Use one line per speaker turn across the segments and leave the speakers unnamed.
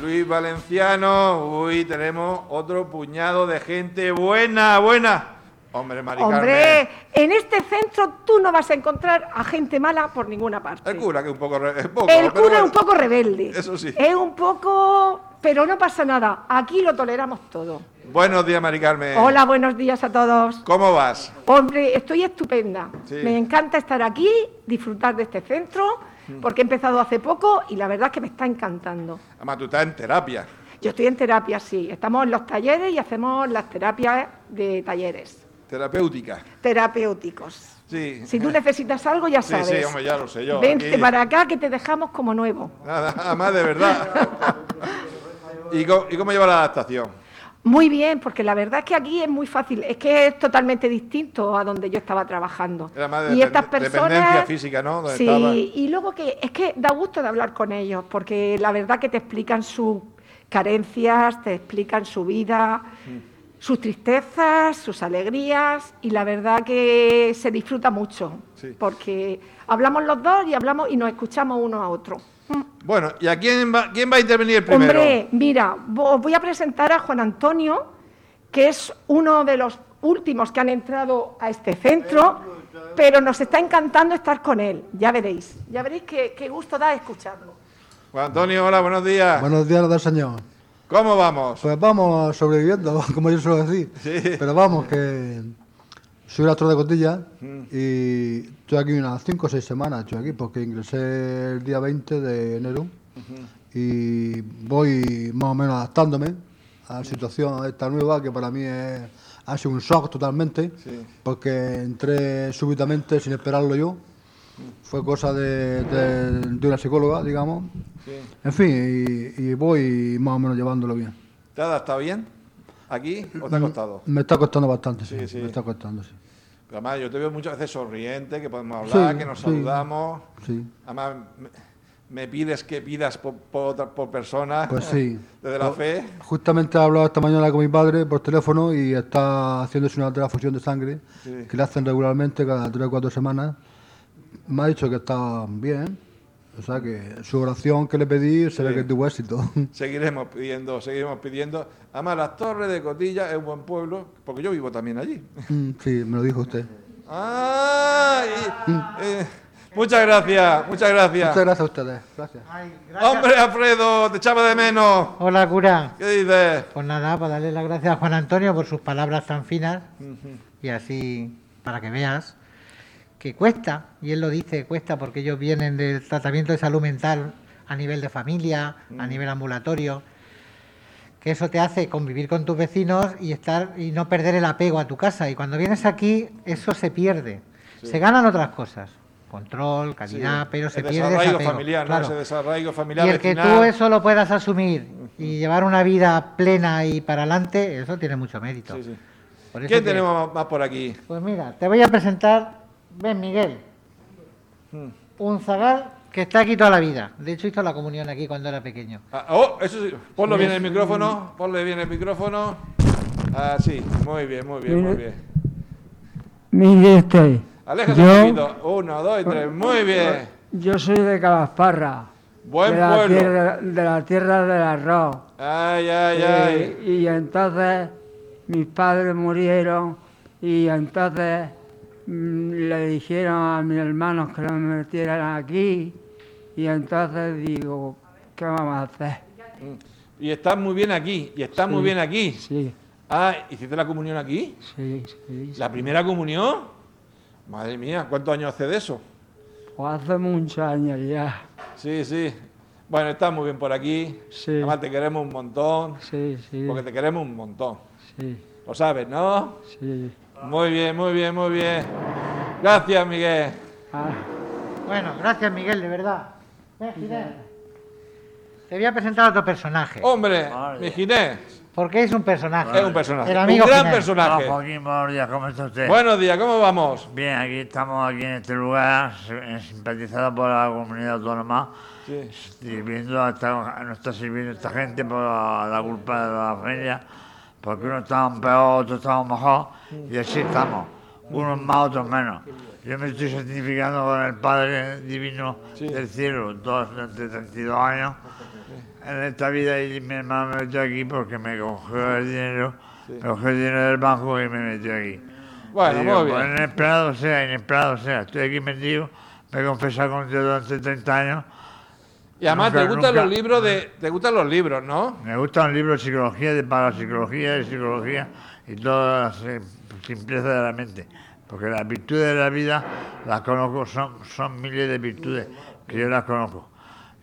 Luis Valenciano. Uy, tenemos otro puñado de gente buena, buena. Hombre, Mari
Hombre,
Carmen.
en este centro tú no vas a encontrar a gente mala por ninguna parte.
El cura, que un poco. re- es poco,
El
pero
cura es un
bueno.
poco rebelde.
Eso sí.
Es un poco... Pero no pasa nada. Aquí lo toleramos todo.
Buenos días, Mari Carmen.
Hola, buenos días a todos.
¿Cómo vas?
Hombre, estoy estupenda.
Sí.
Me encanta estar aquí, disfrutar de este centro,
Mm.
porque he empezado hace poco y la verdad es que me está encantando.
Además, tú estás en terapia.
Yo estoy en terapia, sí. Estamos en los talleres y hacemos las terapias de talleres
Terapéutica.
terapéuticos.
Sí.
Si tú necesitas algo, ya
Sí,
sabes.
sí, hombre, ya lo sé yo,
Vente
aquí.
para acá que te dejamos como nuevo.
Nada, además, de verdad. ¿Y cómo, ¿Y cómo lleva la adaptación?
Muy bien, porque la verdad es que aquí es muy fácil. Es que es totalmente distinto a donde yo estaba trabajando.
Era más
y
depend-
estas personas.
dependencia física, ¿no? Donde
sí,
estaba.
y luego que es que da gusto de hablar con ellos, porque la verdad que te explican sus carencias, te explican su vida.
Mm.
Sus tristezas, sus alegrías y la verdad que se disfruta mucho
Sí.
porque hablamos los dos y hablamos y nos escuchamos uno a otro.
Bueno, ¿y a quién va, quién va a intervenir primero?
Hombre, mira, vo- os voy a presentar a Juan Antonio, que es uno de los últimos que han entrado a este centro, pero nos está encantando estar con él, ya veréis, ya veréis qué, qué gusto da escucharlo.
Juan Antonio, hola, buenos días.
Buenos días, dos señor.
¿Cómo vamos?
Pues vamos sobreviviendo, como yo suelo decir.
Sí.
Pero vamos, que soy un actor de cotilla
Mm.
y estoy aquí unas 5 o 6 semanas, estoy aquí, porque ingresé el día 20 de enero y voy más o menos adaptándome a
Mm.
la situación esta nueva, que para mí es, ha sido un shock totalmente,
Sí.
porque entré súbitamente sin esperarlo yo.
Mm.
Fue cosa de- de- de una psicóloga, digamos,
Sí.
en fin, y, y voy más o menos llevándolo bien.
¿Te has adaptado bien? ¿Aquí o te ha costado?
Mm, Me está costando bastante, sí.
Sí, sí.
Me está costando, sí.
Pero además, yo te veo muchas veces sonriente, que podemos hablar,
Sí,
que nos
sí.
saludamos.
Sí.
Además, me, me pides que pidas por, por, otra- por persona.
Pues sí.
Desde la fe.
Justamente he hablado esta mañana con mi padre por teléfono y está haciéndose una transfusión de sangre
Sí.
que le hacen regularmente cada tres o cuatro semanas. Me ha dicho que está bien. O sea que su oración que le pedí se ve
Sí.
que tuvo éxito.
Seguiremos pidiendo, seguiremos pidiendo. Además, las Torres de Cotilla es un buen pueblo, porque yo vivo también allí.
Mm, sí, me lo dijo usted.
¡Ah! y- eh, muchas gracias, muchas gracias.
Muchas gracias a ustedes. Gracias.
Hombre, Alfredo, te echaba de menos.
Hola, cura.
¿Qué dices?
Pues nada, para darle las gracias a Juan Antonio por sus palabras tan finas y así para que veas que cuesta, y él lo dice, cuesta porque ellos vienen del tratamiento de salud mental a nivel de familia,
Mm.
a nivel ambulatorio, que eso te hace convivir con tus vecinos y estar y no perder el apego a tu casa. Y cuando vienes aquí, eso se pierde. Se ganan otras cosas, control, calidad,
Sí,
pero se
el
pierde ese
desarraigo
apego,
familiar, ¿no?
claro.
Ese desarraigo familiar
Y el que
vecinal.
tú eso lo puedas asumir y llevar una vida plena y para adelante, eso tiene mucho mérito.
Sí, sí.
Por eso
¿Quién
que-
tenemos más por aquí?
Pues mira, te voy a presentar, ven Miguel,
Hmm.
un zagal que está aquí toda la vida. De hecho, hizo la comunión aquí cuando era pequeño.
Ah, oh, eso sí. Ponlo bien el micrófono. Ponle bien el micrófono. Ah, sí. Muy bien, muy bien, muy bien.
Mire usted,
Aléjate
este. Yo-
un poquito. Uno, dos y tres. Muy bien.
yo soy de Calasparra,
Buen
de, la
pueblo.
tierra, de la tierra del arroz. Eh,
Ay, ay, ay.
Y, y entonces mis padres murieron y entonces mm, le dijeron a mis hermanos que no me metieran aquí y entonces digo, ¿qué vamos a hacer?
Y estás muy bien aquí. Y estás muy bien aquí.
Sí,
Ah, ¿hiciste la comunión aquí?
sí, sí.
¿La primera comunión? Madre mía, ¿cuántos años hace de eso?
O Pues hace muchos años ya.
Sí, sí. Bueno, estás muy bien por aquí.
Sí.
Además, te queremos un montón.
Sí, sí,
Porque te queremos un montón.
sí,
Lo sabes, ¿no?
sí.
Muy bien, muy bien, muy bien. Gracias, Miguel.
Ah.
Bueno, gracias Miguel, de verdad. Ven, Ginés. Te voy a presentar a otro personaje.
Hombre, mi Ginés.
Porque es un personaje.
Oh. Es un personaje.
El amigo
un gran
Ginés.
personaje.
Hola, Joaquín, buenos días, ¿cómo está usted?
Buenos días, ¿cómo vamos?
Bien, aquí estamos, aquí en este lugar, eh, simpatizado por la comunidad autónoma,
Sí.
sirviendo a esta- no está sirviendo esta gente por la, la culpa de la familia, porque unos estaban peor, otros estaban mejor, y así estamos, unos más, otros menos. Yo me estoy certificando con el Padre Divino del Cielo, dos, de 32 años, en esta vida y mi hermano me metió aquí porque me cogió el dinero, me cogió el dinero del banco y me metió aquí.
Bueno,
Y digo,
muy
pues,
bien.
Inesperado sea, inesperado sea. Estoy aquí metido, me he confesado con Dios durante 30 años.
Y además
nunca,
te gustan
nunca.
los libros de. Te gustan los libros, ¿no?
Me gustan los libros de psicología, de parapsicología, de psicología y toda la eh, simpleza de la mente. Porque las virtudes de la vida las conozco, son, son miles de virtudes que yo las conozco.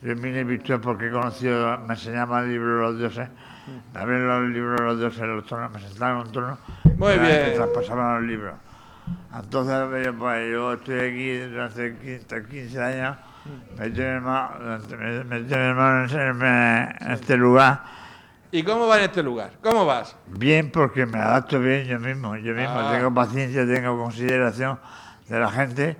Yo miles de virtudes porque he conocido, me enseñaban el libro de los dioses,
Mm.
me abrían los libros de los dioses, los tronos, me sentaban en un trono.
Muy
y
bien.
me traspasaban los libros. Entonces, yo, pues, yo estoy aquí durante 15, 15 años,
Mm.
me tiene hermano, durante- me, me tiene hermano en, en- en este lugar.
¿Y cómo va en este lugar? ¿Cómo vas?
Bien, porque me adapto bien yo mismo. Yo mismo
Ah.
tengo paciencia, tengo consideración de la gente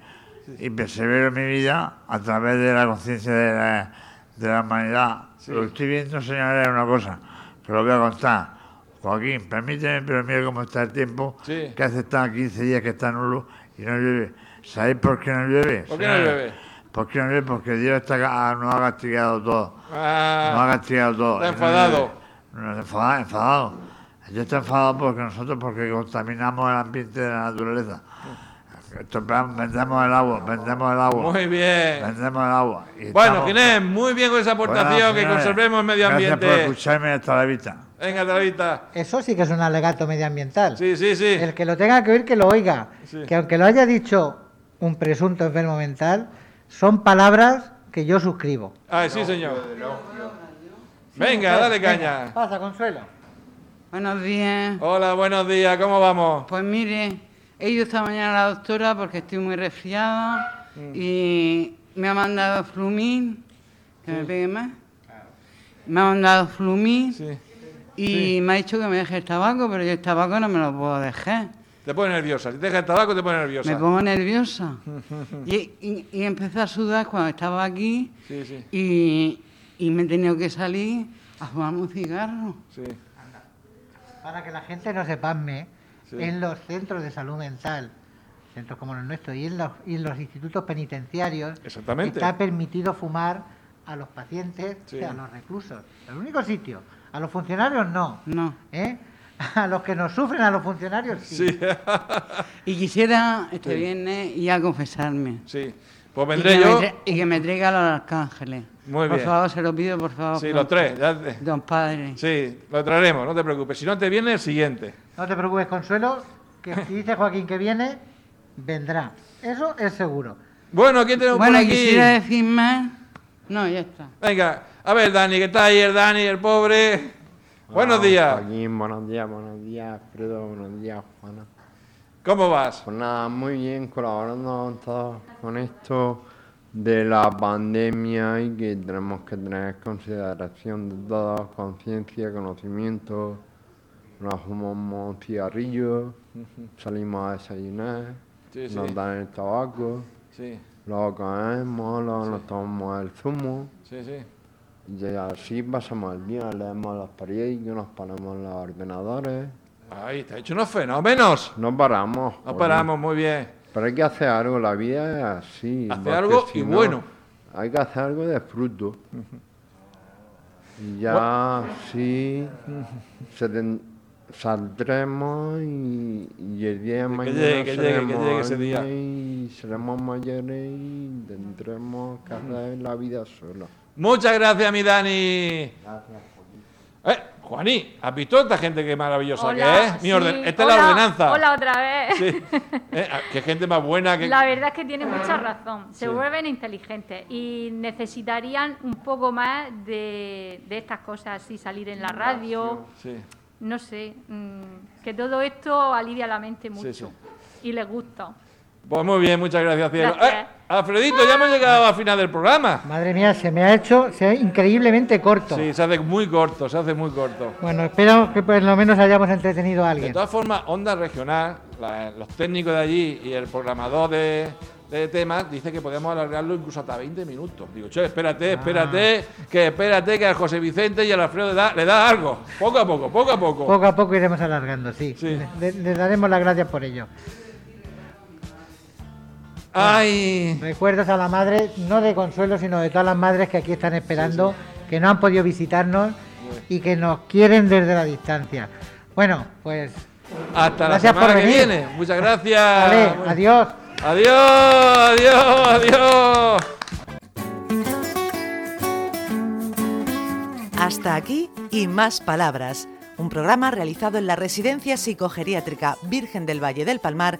y persevero en mi vida a través de la conciencia de la, de la humanidad. Lo que estoy viendo, señores, es una cosa que lo voy a contar. Joaquín, permíteme, pero mira cómo está el tiempo,
Sí.
que hace tan 15 días que está nulo y no llueve. ¿Sabéis por qué no llueve?
¿Por qué no
señores?
llueve?
¿Por qué no llueve? Porque Dios está, ca- nos ha castigado todo. No
Ah,
ha castigado todo.
Está enfadado.
No, ¿eh? no, enfadado, enfadado. Yo estoy enfadado porque nosotros porque contaminamos el ambiente de la naturaleza. Estropeamos- Vendemos el agua, vendemos el agua.
muy bien.
Vendemos el agua. Y
Bueno,
estamos-
Ginés, muy bien con esa
Bueno,
aportación. Que
señores,
conservemos el medio
Gracias por
ambiente.
escucharme y hasta la vista.
Venga, Davidita.
Eso sí que es un alegato medioambiental.
Sí, sí, sí.
El que lo tenga que oír, que lo oiga.
Sí.
Que aunque lo haya dicho un presunto enfermo mental, son palabras que yo suscribo.
Ah, sí, señor. Venga, dale caña.
Pasa, Consuelo.
Buenos días.
Hola, buenos días, ¿cómo vamos?
Pues mire, he ido esta mañana a la doctora porque estoy muy resfriada
Mm.
y me ha mandado flumin, que me pegue más. Me ha mandado flumin
Sí.
y me ha dicho que me deje el tabaco, pero yo el tabaco no me lo puedo dejar.
Te pone nerviosa. Si te deja el tabaco, te pone
Me
nerviosa.
pongo nerviosa. Y, y- y empecé a sudar cuando estaba aquí
Sí, sí.
y, y me he tenido que salir a fumar un cigarro.
Sí.
Para que la gente no se pasme,
Sí.
en los centros de salud mental, centros como los nuestros, y en los, y en los institutos penitenciarios,
Exactamente.
está permitido fumar a los pacientes,
Sí.
o sea, a los reclusos. El único sitio. A los funcionarios no.
No.
¿eh? A los que nos sufren, a los funcionarios
Sí.
Y quisiera este
Sí.
viernes ir a confesarme.
sí. Pues
Y
vendré
que me
yo.
tra- y que me traiga los arcángeles.
Muy
por
bien.
favor, se lo pido, por favor.
Sí,
por-
los tres. ya te-
Don Padre.
Sí, lo traeremos, no te preocupes. Si no te viene, el siguiente.
No te preocupes, Consuelo, que si dice Joaquín que viene, vendrá. Eso es seguro.
Bueno, ¿quién tenemos
Bueno,
por aquí?
quisiera decir más. No, ya está.
Venga, a ver, Dani, que está ahí el Dani, el pobre. Buenos
Hola,
días.
Joaquín, buenos días, buenos días, Alfredo, buenos días, Juana.
¿Cómo vas?
Pues nada, muy bien colaborando con todos con esto de la pandemia y que tenemos que tener consideración de todos, conciencia, conocimiento. Nos fumamos un cigarrillo, salimos a desayunar,
Sí, sí.
nos dan el tabaco,
Sí,
luego comemos, luego nos tomamos el zumo.
sí, sí.
Y así pasamos el día, leemos los periódicos, nos ponemos los ordenadores.
Ahí, te ha hecho unos fenómenos.
No paramos.
No
joder.
paramos, muy bien.
Pero hay que hacer algo, la vida es así.
Hacer
porque
algo y
no,
bueno.
Hay que hacer algo de fruto. Y ya sí, se ten- saldremos y, y el día de mañana
llegue, que llegue, que
seremos
llegue ese día.
años y seremos mayores y tendremos que hacer la vida sola.
Muchas gracias, mi Dani. Eh, Juaní, ¿has visto esta gente qué maravillosa que es? Mi
sí,
orden- Esta es
hola,
la ordenanza.
Hola otra vez.
Sí. Eh, ah, qué gente más buena que.
La verdad es que tiene mucha razón. Se vuelven inteligentes y necesitarían un poco más de, de estas cosas, así salir en la radio,
Sí,
no sé, mm, que todo esto alivia la mente mucho
sí.
y les gusta.
Pues muy bien, muchas gracias, cielo.
Gracias.
Eh, Alfredito, ya hemos llegado al final del programa.
Madre mía, se me ha hecho se ha- increíblemente corto.
Sí, se hace muy corto, se hace muy corto.
Bueno, espero que por lo menos hayamos entretenido a
De
alguien.
todas formas, Onda Regional, la- los técnicos de allí y el programador de, de temas dice que podemos alargarlo incluso hasta 20 minutos. Digo, che,
Ah.
espérate, espérate, que espérate que a José Vicente y al Alfredo le da, le da algo. Poco a poco, poco a poco.
Poco a poco iremos alargando, sí.
Sí.
Le, le daremos las gracias por ello.
Ay,
Recuerdos a la madre, no de consuelo, sino de todas las madres que aquí están esperando, que no han podido visitarnos y que nos quieren desde la distancia. Bueno, pues
hasta la
Gracias por
semana que
venir.
viene. Muchas gracias.
vale, adiós.
Adiós, adiós, adiós.
Hasta aquí y más palabras, un programa realizado en la Residencia Psicogeriátrica Virgen del Valle del Palmar